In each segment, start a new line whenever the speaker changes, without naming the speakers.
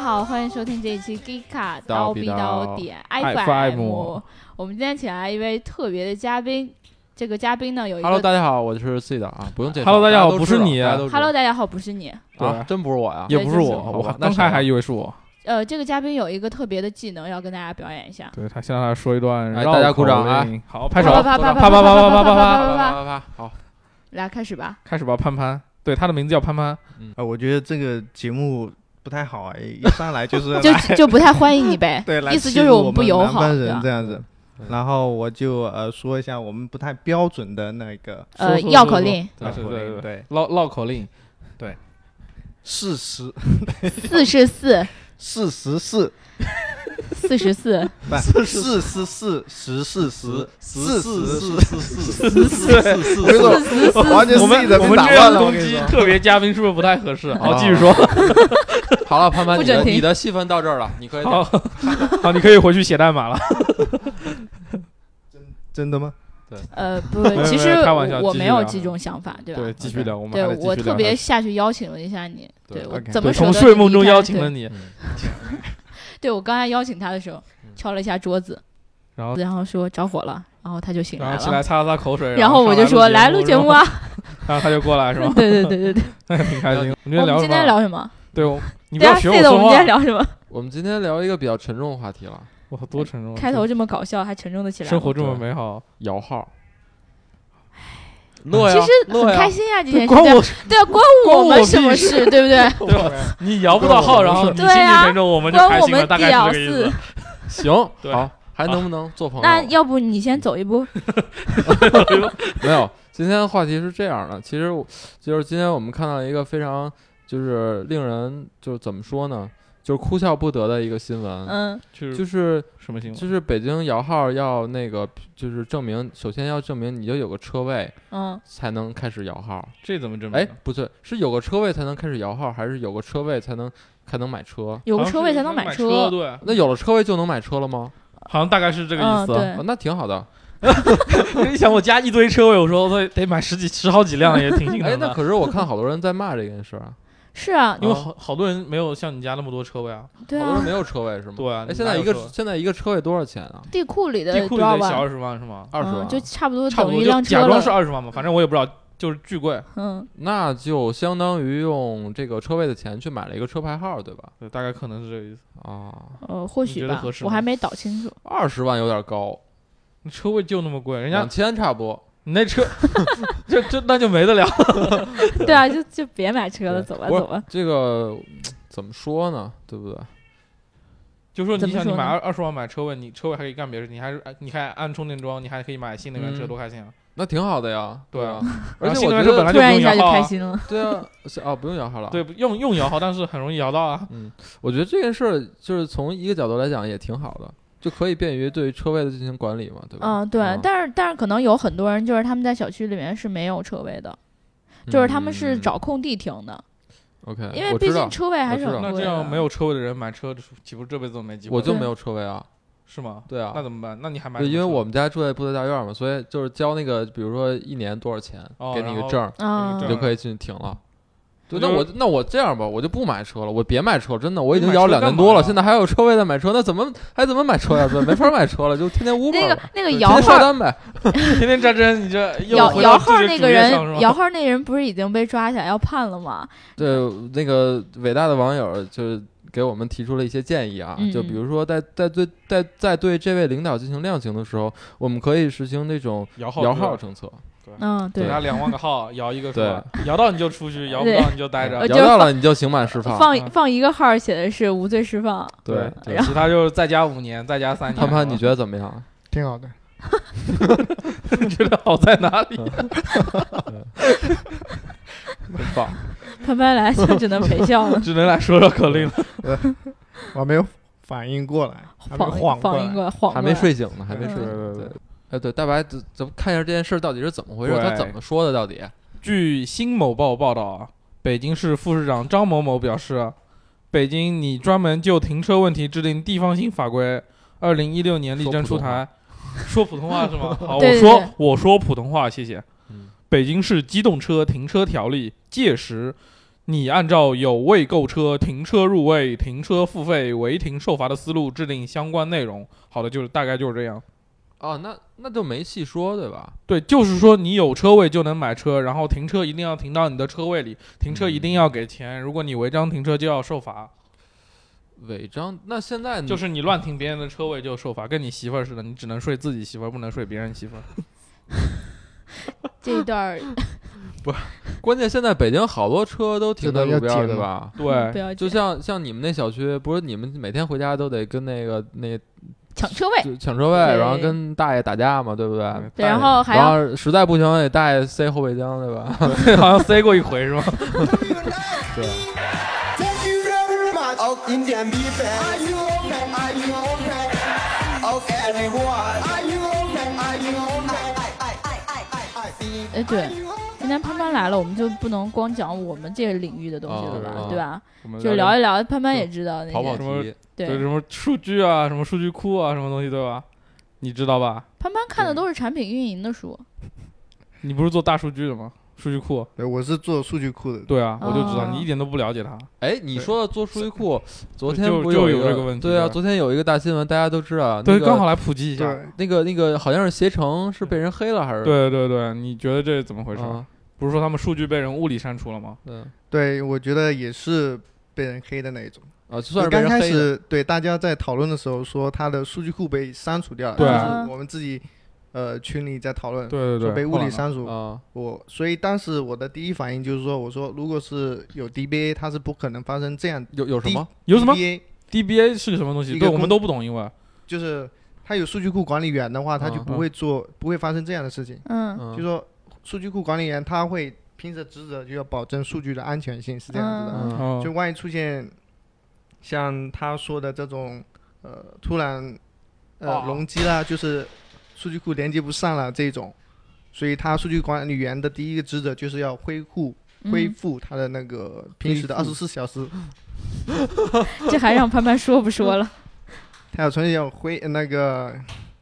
好，欢迎收听这一期《g i k a
刀
逼
逼
刀
刀
点
FM
我们今天请来一位特别的嘉宾，这个嘉宾呢有一个
Hello，大家好，我是 C 的啊，不用介绍。
Hello，大家好
都
不
知
是
道
你
大家都知道
Hello，大家好，不是你。
啊，真不是我呀。
也不是
对就
我，
是
我
好吧
还
那
刚
谁
才
啊
还以为是我。
呃，这个嘉宾有一个特别的技能要跟大家表演一下。
对他现在说一段
哎
绕
大家
口
鼓掌啊
令！好，拍手，
啪啪啪啪啪啪啪啪
啪
啪
啪
啪！
啪啪，好，
来，开始吧。
开始吧，潘潘。对，他的名字叫潘潘。
啊，我觉得这个节目不太好哎，一上来就是来
就就不太欢迎你呗
对，来
意思
欺
就是
负
我
我
们不友好，
南方
对
人
吧
这？样子
嗯。
然后我就呃说一下我们不太标准的那个
呃，
说说
绕
说
口
说
令
对
啊对
口
对
令
对
对
绕绕口令，
事实
四十四，
事实 是
四十四，
不是事实是实事实事实是
四四四
我跟你说
四四。
完全
我们
是的
我
被
们
打
这
乱
样
了，我
攻
跟你
击
说。
特别嘉宾是不是不太合适？好，
啊
继续 说。
好了，潘潘，
不
你
准
的
停
你的戏份到这儿了，你可以
好，好，你可以回去写代码了。
真的吗？
呃，不
没，有
其实
没有开玩笑
我
继续
没有
聊
这种想法，对吧？
对，继续聊，我们
对
还得继
我
续
特
聊
别
下
下
去。
去邀请了一下你，对
对
我
OK
怎么
对，
舍得
从睡
你
梦中
离开
邀请
对
了你，
嗯
对我刚才邀请他的时候，敲了一下桌子，
然后
然后说着火了，然后他就醒
然
来
后起
了
来。擦了擦口水，
然后我就说来
来
录节目，啊，？
然后他就过来是吧
对对对对对。
那挺开 心。我们今
我们
天聊
今天
什么？啊
聊什么？
对，我你不
对
要
啊，
学
对
我
的，我
说
们今天
话。
聊什么？
我们今天聊一个比较沉重的话题了，
我多沉重啊，
开头这么搞笑，还沉重的起来
生
了。
活这么美好，
摇号。乐呀
其，实
乐
很开
呀，
心呀，这件事
关
对
我
对啊，关
关
我
我
们
屁
什么
事
事，对不对？
对吧？你摇不到号，然后你
对
心情
啊
沉重，我们就
关
开
我
心
们
了，大概是这个
屌
意思
丝。
行，
对
好，还能不能做朋友？
那要不你先走一步？
没有，今天的话题是这样的，其实我就是今天我们看到一个非常就是令人就是怎么说呢，就是哭笑不得的一个新闻，
嗯，
就是
就是
什么新闻？
就是北京摇号要那个就是证明，首先要证明你就有个车位
嗯，
才能开始摇号，
这怎么证明？
哎，不对，是有个车位才能开始摇号，还是有个车位才能才能买车？
有个
好像
车位
是
才能
买
车。
对，
那有了车位就能买车了吗？
好像大概是这个意
嗯，
思。
对
哦，，那挺好的。
你想我家一堆车位，我说我得买十几、十好几辆，也挺心
哎，
疼
那
的。
可是我看好多人在骂这件事啊，
是啊，
因为好好多人没有像你家那么多车位啊。
对
好多人
啊
没，有车位是吗？
对啊，
哎，现在一
哪有
个
车
现在一个车位多少钱啊？
地库里的
地库
呃多
里
少
得小
万？
二十万是吗？
二十万
嗯，
啊，
就差不多
差不
等于
多
一辆
就
车
假装是
了。
二十万吧，反正我也不知道，就是巨贵。
嗯，
那就相当于用这个车位的钱去买了一个车牌号，对吧？
对，大概可能是这个意思。
啊，
呃，或
你
许
觉得
吧
合，适
我
吗
还没搞清 楚。
二十万有点高，
那车位就那么贵，人家
两千差不多。
你那车， 这这那就没得聊。
对啊，就就别买车了，
对
走吧
不是
走吧。
这个怎么说呢？对不对？
就说
怎
你
么
想你
说
买
呢
二二十万买车位，你车位还可以干别的事，你还是你还安充电桩，你还可以买新能源车，
嗯
多开心啊！
那挺好的呀。
对
啊
啊，
而
然
且
后新
我觉
能源车本
突
得
来就不
然一
用
下
摇
就
号
开
啊，
心了。
对啊，是啊，不用摇号了。
对，，用用摇号，但是很容易摇到 啊。
嗯，我觉得这件事儿就是从一个角度来讲也挺好的，就可以便于对于车位的进行管理嘛，对
啊
吧？
嗯，对，
嗯
但是但是可能有很多人就是他们在小区里面是没有车位的，就是他们是
嗯
找空地停的，
OK，
嗯
因为
我
毕
知
竟
道，
车位还
我
是
知
很
道
贵
那
的。
这样没有车位的人买车，岂不是这辈子都没机
啊
会？
我就
对
没有车位啊。
是吗？
对啊，
那怎么办？那你还买什
对，
么车？
因为 我们家住在部队大院嘛，所以就是交那个，比如说一年多少钱，
哦
给你
然
个
后
证儿，
啊
你
对
就可以进去停了。对，那
就是
我那我这样吧，我就不买车了，我别买车，真的，我已
你
经
买
摇
车
两
干
年
嘛
多了，
呀
现在还有车位在买车，那怎么还怎么买车呀？对，没法买车了，就 天天 Uber
那 个
吧
那个
对天
摇
天刷
号
单呗。
天天战争，你这又
摇
回到
摇
自
号
己
那
主
个
页
人
上是，吧
摇号那人不是已经被抓起来要判了吗？
对，那个伟大的网友就是给我们提出了一些建议啊，就比
嗯
如说在在对在在对这位领导进行量刑的时候，我们可以实行那种
摇号
摇
是
号
吧，
政策，
嗯，
给
对，
他两万个号，摇一个是吧？摇到你就出去，摇不
对
到你就待
摇
着
呃。就
到
放
了你就刑满释放。
啊
放放一个号写的是无罪释放，
对，对
其他就是在家五年，在家三年。
嗯潘潘，
是吧
你觉得怎么样？
挺好的，
觉得好在哪里？
真嗯棒！
潘潘来就只能陪笑了
，只能来说绕口令了。
我还没有反应过来，还没晃
晃
过
晃
来
一。个晃，
还没，睡醒呢，还没
对
睡醒。
对对
对，哎，对，大白，咱咱们看一下这件事儿到底是怎么回事，
对
他怎么说的？到底？
据新某报报道啊，北京市副市长张某某表示，啊北京拟专门就停车问题制定地方性法规，二零一六年力争出台。说普通话 是吗？好，
对对
我
对
说我说普通话，谢谢。
嗯
北京市机动车停车条例届时你按照有未购车、停车入位、停车付费、违停受罚的思路制定相关内容。好的，就是大概就是这样。
哦，那那就没细说，对吧？
对，就是说你有车位就能买车，然后停车一定要停到你的车位里，停车
嗯
一定要给钱，如果你违章停车就要受罚，
违章，那现在
嗯
你
就是你乱停别人的车位就受罚，跟你媳妇儿似的，你只能睡自己媳妇儿，不能睡别 人媳妇儿。
这一段儿
关键现在北京好多车都停在路边
这
儿，
个要
对
剪
吧？
不
对，
要
就
这样
像像你们那小区，不是你们每天回家都得跟那个那
抢车位，
就抢车位，然后
对
跟大爷打架嘛，对不对？
对，然后还
然
要
后实在不行也大爷塞后备箱，对吧？
好像塞过一回是吧？
Thank you very much. Oh, Indian people. Are you okay? Are you okay? Okay, everyone. Are you okay? Are you okay? I,
哎
I,
对
I,。
今天潘潘来了，我们就不能光讲我们这个领域的东西了吧，
哦
对吧？
我们
就聊一聊，潘潘也知道那
跑跑
些，
题，
对
对，什么数据啊，什么数据库啊，什么东西对吧？你知道吧？
潘潘看的都是产品运营的书，
你不是做大数据的吗？数据库，
对，我是做数据库的，
对啊，我就知道
哦
你一点都不了解它。
哎，你说到做数据库，昨天
就
不
就
一
有这个问题
对啊，
对吧
昨天有一个大新闻，大家都知道，
对，
那个
刚好来普及一下。
对，
那个那个好像是携程是被人黑了还是？
对对对，你觉得这怎么回事？
嗯
啊，
不是说他们数据被人物理删除了吗？
嗯
对，我觉得也是被人黑的那一种。
啊，就算是被
刚
人
开
黑的，
始对大家在讨论的时候说他的数据库被删除掉了，
对
啊
就是我们自己呃群里在讨论，
对对
说
对，
被物
后来
理
呢。
删除。
啊，
我所以当时我的第一反应就是说，我说如果是有 DBA，它是不可能发生这样。
有有什么？
有什么
DBA？
DBA 是个什么东西？
一个
对我们
公
都不懂，因为
就是它有数据库管理员的话，它就
嗯
不会做，不会发生这样的事情。
嗯
嗯
就啊说数据库管理员他会凭着职责就要保证数据的安全性，是这样子的。
嗯
哦
就万一出现像他说的这种呃突然
哦
呃容积啦，就是数据库连接不上了这种，所以他数据管理员的第一个职责就是要恢复恢
嗯，
复他的那个平时的二十四小时，
这还让潘潘说不说了？
他要重新要恢呃那个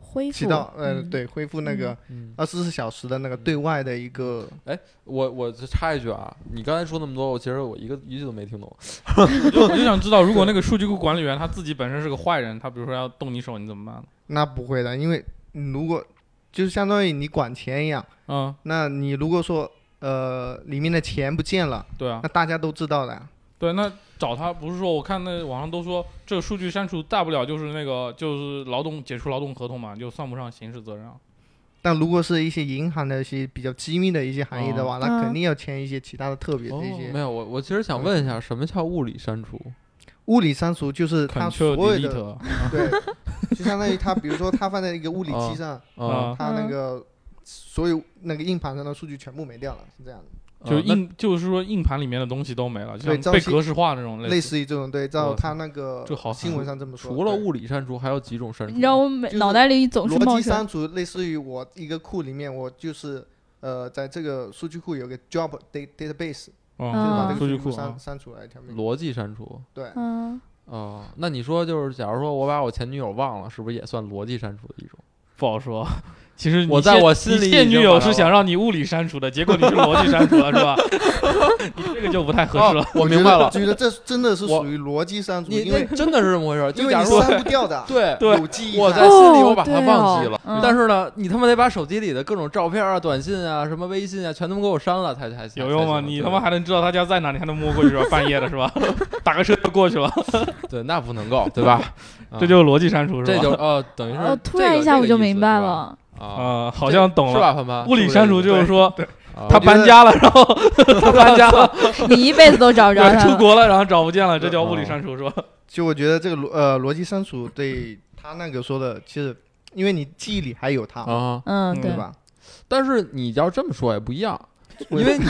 恢复
起到呃
嗯
对恢复那个
嗯，
二十四小时的那个对外的一个
嗯
我我就插一句啊，你刚才说那么多，我其实我一个一句都没听懂。
我就我就想知道，如果那个数据库管理员他自己本身是个坏人，他比如说要动你手，你怎么办呢？
那不会的，因为你如果就是相当于你管钱一样，
嗯，
那你如果说呃里面的钱不见了，
对啊
那，大家都知道的啊。
对，那找他不是说我看那网上都说这个数据删除，大不了就是那个就是劳动解除劳动合同嘛，就算不上刑事责任啊。
但如果是一些银行的一些比较机密的一些行业
哦
的话，那肯定要签一些其他的特别的一些。
没有，我我其实想问一下，什么叫物理删除？
物理删除就是它
Ctrl
所有
delete
的对，就相当于它，比如说它放在一个物理机上，
啊，
啊，
它那个所有那个硬盘上的数据全部没掉了，是这样的。
嗯就
啊那
硬就是说硬盘里面的东西都没了，就
嗯对
像
照
被
新
格式化那种类
类
似。
似于这种，对，照它那个
这好
新闻上这么说。
除了
对
物理删除，还有几种删除？
你让我每
就是
脑袋里总是
逻
冒
辑
出来
删除，类似于我一个库里面，我就是呃，在这个数据库有个 job data database，就是把
啊
嗯，
这个
数据库
删、
啊，
删除来一条命。
逻辑删除。
对，
嗯，
哦，那你说就是，假如说我把我前女友忘了，是不是也算逻辑删除的一种？
不好说。 其实你
我在
现
我心里
你现
已
女
经
友
把她
是想让你物理删除的，结果你是逻辑删除了，是吧？ 你这个就不太合适了。
哦，我明白了，
觉得这真的是
我
属于逻辑删除，
你
因
那
为
真的是这么回事儿。
因
就
为
假
你
如说，
删不掉的，
对，
对
有记忆
我
的
在心里
哦
我把它
对
忘记
哦
了，
嗯
但是呢，你他妈得把手机里的各种照片啊、短信啊、什么微信啊，全他妈给我删了，才才才
有用吗？
才行
你
对
他妈还能知道他家在哪？你还能摸过去是吧？半夜的是吧？ 打个车就过去了，
对，那不能够，对吧？啊
这就是逻辑删除是吧？
这就呃，等于是
哦，突
这
然
个
一下
这个
我就
意思
明白
是吧
了，
啊，
啊，好像懂
是
了。
吧，潘潘？
物理删除就是说
啊
他搬家了，然后他搬家了，
你一辈子都找不着
对
他
出
了。
国了，然后找不见了，这叫
哦
物理删除是吧？
就我觉得这个逻呃逻辑删除对他那个说的，其实因为你记忆里还有它，
啊，
嗯，
对
对，
吧？
但是你要这么说也不一样，
我
因为你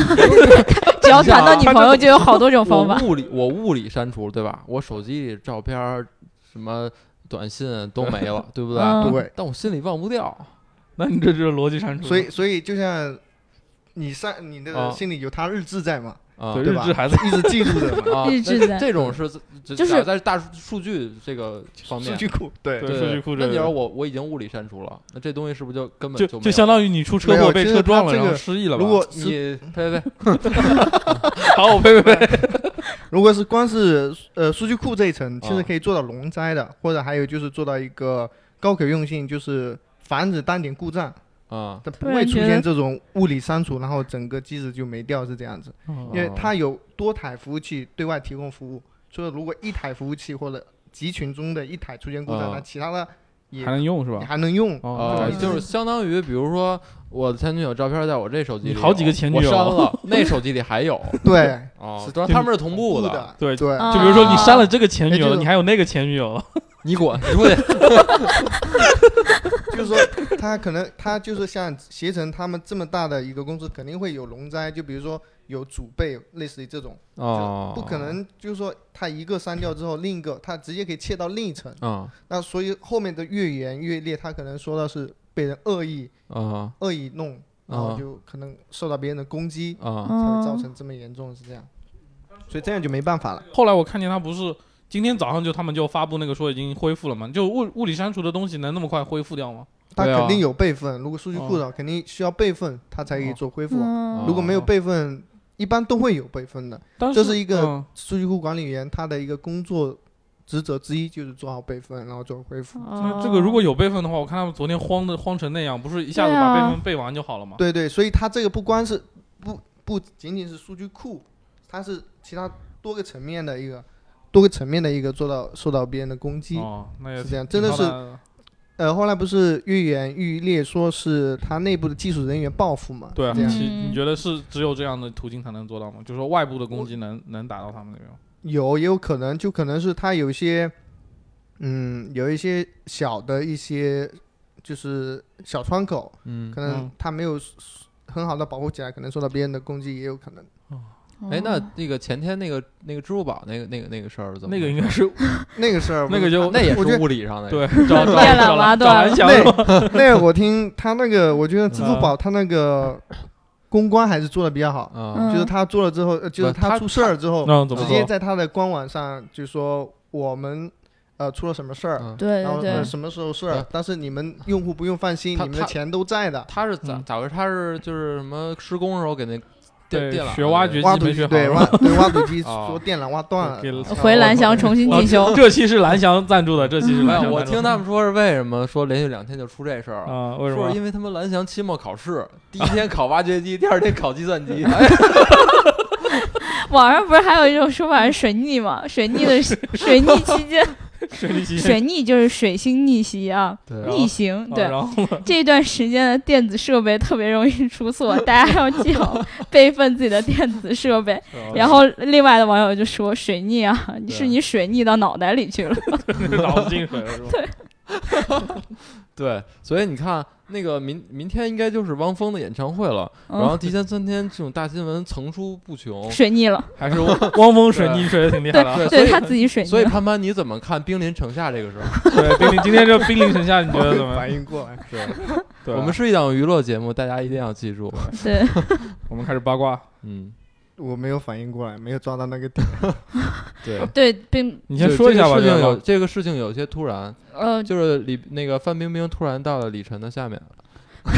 只要谈到
你
女
想啊
朋友，就有好多种
我
方法。
物理我物理删除对吧？我手机里照片儿什么短信都没了，对不对？
嗯
对，
但我心里忘不掉，
那你这就是逻辑删除。
所以所以就像你上你
嗯啊
的心里有他日志在嘛，
啊
对
对
日
吧
志还在，
一直记录着嘛
啊，
日
那
志
这
在
这种是
就
就是在大数据这个 方面
数，据库，对
对
对
数据库
那
这
你
个
要是我我已经物理删除了，那这东西是不是就根本
就
就
就相当
于
于你出车
没有
祸被
其实
车
它
撞了，
这
然后
个
失忆了吧？
如果是
你呸呸呸，
好， 我呸呸呸，
如果是光是呃数据库这一层，其
啊
实可以做到容灾的，或者还有就是做到一个高可用性，就是防止单点故障，
啊
它
突
不
然
会出
觉得
现这种物理删除，然后整个机子就没掉是这样子。因
哦
为它有多台服务器对外提供服务，所以如果一台服务器或者集群中的一台出现故障，
啊
那其他的也
还能用是
你
吧？
还能用。
啊
哦，
对，
就是相当于比如说我的前女友照片在我这手机里
你
有，
好几个前女友
我删了，那手机里还有
对，
啊
是，
主要他们是同步
不
的，
的，
对，就
对，
啊
比如说你删了这个前女
哎
友
这
了，
个
你还有那个前女友了，
你滚，你出去，
就是说他可能他就是像携程他们这么大的一个公司，肯定会有容灾，就比如说有祖辈，类似于这种，
哦，
不可能就是说他一个删掉之后，另一个他直接可以切到另一层，
啊
那所以后面的越演越烈，他可能说到是被人恶意
啊
恶意弄，然
啊
后哦就可能受到别人的攻击，
啊
才会造
嗯，
成这么严重，是这样。所以这样就没办法了。
后来我看见他不是今天早上就他们就发布那个说已经恢复了嘛，就物物理删除的东西能那么快恢复掉吗？
它
对啊
肯定有备份，如果数据库的话肯定需要备份，它才可以做恢复。
嗯
如果没有备份，一般都会有备份的。
但
这是一个
嗯
数据库管理员他的一个工作职责之一就是做好备份，然后做恢复。
哦
那这个如果有备份的话，我看他们昨天慌的慌成那样，不是一下子
对
把
啊
备份备完就好了吗？
对对，所以它这个不光是不不仅仅是数据库，它是其他多个层面的一个多个层面的一个做到受到别人的攻击。
哦，那也
是这样
挺
真的
好
是呃，后来不是愈演愈烈，说是他内部的技术人员报复嘛？
对啊
这样。
其
嗯
你觉得是只有这样的途径才能做到吗？就是说外部的攻击能能打到他们那边吗？
有也有可能，就可能是他有一些，嗯，有一些小的一些就是小窗口，
嗯
可，能
嗯
他没有 s- s- 很好的保护起来，可能受到别人的攻击也有可能。
哎，那
哦
那个前天那个那个支付宝那个那个那个事儿怎么？
那个应该是，
那个事儿
那个就
那也
我觉
是
得
物理上的，
对， 找找
电缆
找
拉
蓝找
断
蓝
了
翔
对
是吧？
那个我听他那个，我觉得支付宝他那个公关还是做的比较好，
啊
嗯
就是他做了之后，呃就是
不他
他出事儿之后，
那怎么
直接
说？
在他的官网上就说我们呃出了什么事儿，
嗯，
对
然后
对
呃
对，
什么时候事
对
儿，但是你们用户不用放心，你
他
们的
他
钱都在的。
他是咋咋回事？他是就是什么施工时候给那电
对
电缆
学挖掘机
挖
没
土
学
机对
好
挖对 挖土机
哦
说电缆挖断了
给了，
回蓝翔重新进修。
哦这期是蓝翔赞助的，这期是
没
蓝
有，
翔
我
赞助的
听他们说是为什么说连续两天就出这事儿了。
啊，为什
说
么
是？因为他们蓝翔期末考试，第一天考挖掘机，第二天考计算机。哎，
网上不是还有一种说法是水逆吗？水逆 的水逆期间，
水利机
水逆就是水星逆袭啊，
对
然 后
逆行。
啊
对，
然后
这段时间的电子设备特别容易出错，大家要记好备份自己的电子设 备。然后另外的网友就说：“水逆啊，你是你水逆到脑袋里去了。
脑子进水了是吧？
对，所以你看，那个明明天应该就是汪峰的演唱会了，
嗯。
然后提前三天这种大新闻层出不穷
水逆了，
还是汪汪峰水逆水的哦挺厉害的啊。
对
对他自己水逆
所以
了。
潘潘，你怎么看兵临城下这个事 儿？
对，冰凌今天这冰凌城下， 你觉得怎么样？
反 应过来，
对，
对啊
我们是一档娱乐节目，大家一定要记住。
对，
我们开始八卦。
嗯，
我没有反应过来，没有抓到那个点。
对。
对，并
你先说一下吧，
这个事情有
有
这个事情有些突然，
呃，
就是李那个范冰冰突然到了李晨的下面，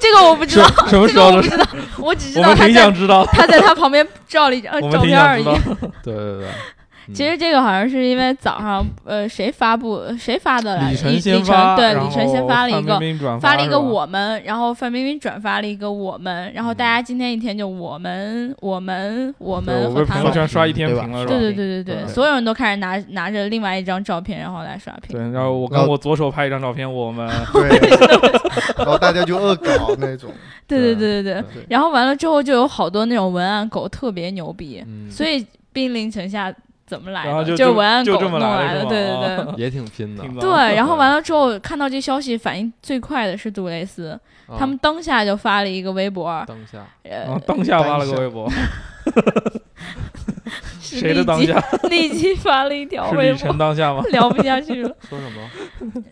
这个我不知
是
道，
什么
这
时
个
候
我
的
不
事？
知道， 我只知
我
道
们
他
挺
在
想知道，
他在他旁边照了一张呃
我们
照
挺
片
想
而已
知。道。
对对对，嗯
其实这个好像是因为早上呃谁发布谁发的来
李
着？李
晨先
晨
发，
对
然
李晨先
后
发了一
范
个。
冰冰转
发了一
是
个
吧，嗯
我们，然后范冰冰转发了一个我们，然后大家今天一天就我们、我们、我
对
们
我被
和他
朋友
们，
圈刷一天
对吧
屏了，是吧？
对对对对
对
所有人都开始拿拿着另外一张照片，然后来刷屏。
对，然后我跟我左手拍一张照片，我们
对， 然后大家就恶搞那种。
对对对对对
对
对
然后完了之后就有好多那种文案狗特别牛逼，
嗯，
所以兵临城下怎么来
然后
的？
就是
文案
就
狗
这么
弄
来
来
的
的，
是
对
吗哦
对对。
嗯也挺拼的
挺。棒
对，然后
对
完了之后看到这消息，反应最快的是杜蕾斯，
啊
嗯
他们当下就发了一个微博，
当下，
然
呃，
后当下发了个微博，
是
谁的
立
当
即
下？
立即发了一条
是
微
李
博
晨，当下吗？
聊不下去了，
说什么？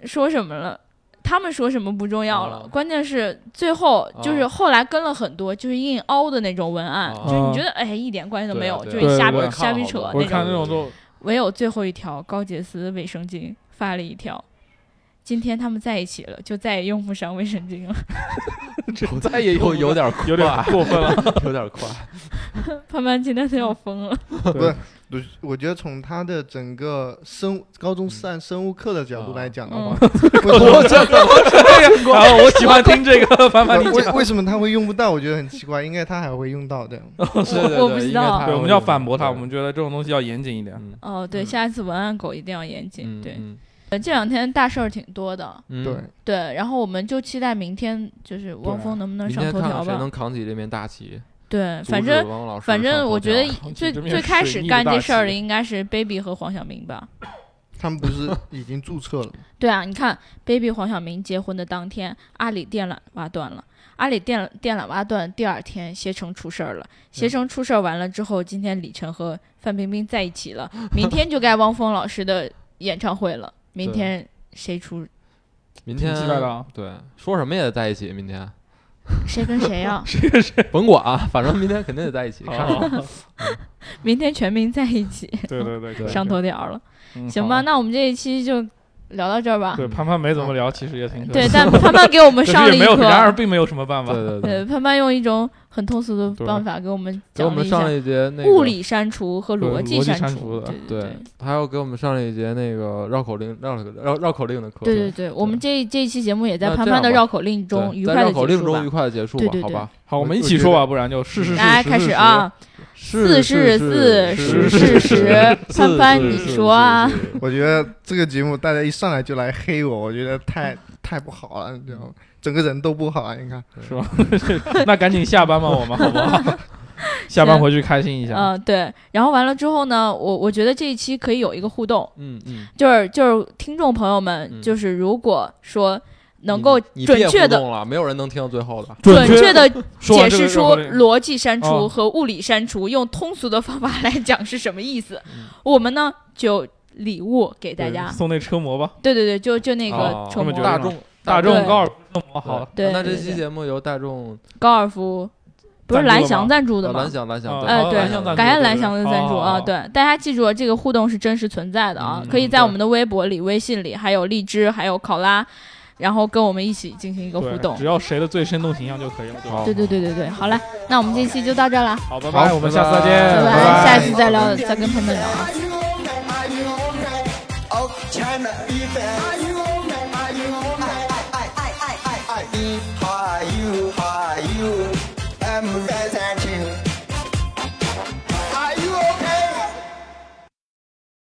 说什么了？他们说什么不重要了，
哦
啊
关键是最后就是
啊
后来跟了很多就是硬凹的那种文案，
啊
就是你觉得哎一点关系都没有，
对
就
啊对啊
是瞎
哦对
逼
对
瞎逼扯
我
那
看
种。
那种都
唯有最后一条高洁丝卫生巾发了一条，今天他们在一起了，就再也用不上卫生巾了。
我再也有有点快，
有点过 分了。
有点快，
潘潘今天都要疯
嗯
了，
我我觉得从他的整个生物高中
嗯
上生物课的角度来讲的话，为什
我
么
这
哎然后我喜欢听这 个，凡凡你
为
讲。
为什么他会用不到？我觉得很奇怪，应该他还会用到的。
我我不知道。
对，我们要反驳他，我们觉得这种东西要严谨一点。
嗯
哦，对，
嗯
下一次文案狗一定要严谨。
嗯
对，
嗯
呃这两天大事儿挺多的，
嗯
对，
对，然后我们就期待明天就是汪
对
峰能不能
啊明
上
天
头
看
条
看谁
吧
能。扛起这面大旗。
对，
阻
反
止
正
汪老师
反
上
正我
头
觉得
条
扛起
最
这面
最开
水
始
逆的
干
大
这事儿
旗
的应该是 baby 和黄晓明吧。
他们不是已经注册了吗？
对啊，你看，baby 黄晓明结婚的当天，阿里电缆挖断了。阿里电电缆挖断，第二天携程出事儿了。携程出事儿完了之后，今天李晨和范冰冰在一起了，明天就该汪峰老师的演唱会了。明天谁出
明
挺
天
期待的啊！
对，说什么也得在一起。明天
谁跟谁啊呀、
甭管啊，反正明天肯定得在一起。看看
好
明天全民在一起
对对对，可以
上头条了。
嗯
行
好
吧，那我们这一期就聊到这儿吧。
对，潘潘没怎么聊，其实也挺可
对，
惜
但潘潘给我们
可是
上了
也
一
没有，然而
课。
并没有什么办法。
对对对，
对，潘潘用一种很通俗的
对
办法给我们
给我
讲了
们
一
上
下
了一节那个
物，理删除和
对
逻辑
逻辑
删
删除
除，
的
对对
对，还有给我们上了一节那个绕口令、绕口绕绕口令的课。
对对对，我们这这一期节目也在
那
潘
这
潘
样
的
吧
绕口令中
对
愉
在
快
绕
的
口
结
令
束
中
吧。
愉快的结束
对
吧
对，
好吧，
好，我们
我
一起
我
说
觉
吧，
得
不然就试试
来开始啊，
是
四
是
四是
是是
十
是，
潘潘你说啊，
是是是是
我觉得这个节目大家一上来就来黑我，我觉得太太不好了，你知道吗？整个人都不好啊了，你看。
是吧？ 那赶紧下班吧，我们好 不好？下班回去开心一下。
嗯对，然后完了之后呢，我我觉得这一期可以有一个互动，
嗯嗯，
就是就是听众朋友们，
嗯
就是如果说能
你
够
你
准
别
确
互
的
动了，没有人能听到最后的。
准确的
说
解
完这
释
个
出
绕口令
逻辑删除
哦
和物理删除，用通俗的方法来讲是什么意思
嗯，
我们呢就礼物给大
对
家，
送那车模吧，
对对对，就就那个
哦
车
那么
模
决定
大
了
众
大众
对
高尔夫车模好。
对
那
对
这
对
期节目由大众
高尔夫不是
赞助
蓝
的
翔
吗
赞助的
呃
吗
蓝？翔蓝翔，
哦
哎
蓝
对
翔
感谢
对
蓝
对
翔的
对
赞助
哦
啊！
哦哦
对，大家记住，这个互动是真实存在的啊，
嗯
可以在
对
我们的微博里、微信里，还有荔枝，还有考拉，然后跟我们一起进行一个互
对
动
只。要谁的最生动形象就可以了，对吧？
对对对对对，好了，那我们这期就到这儿了，
好，拜
好
拜，我们下次再
拜
见，拜
拜，
拜。
下次再聊，再跟他们聊啊。
Are you okay? Are you okay? Oh, can I be there? Are you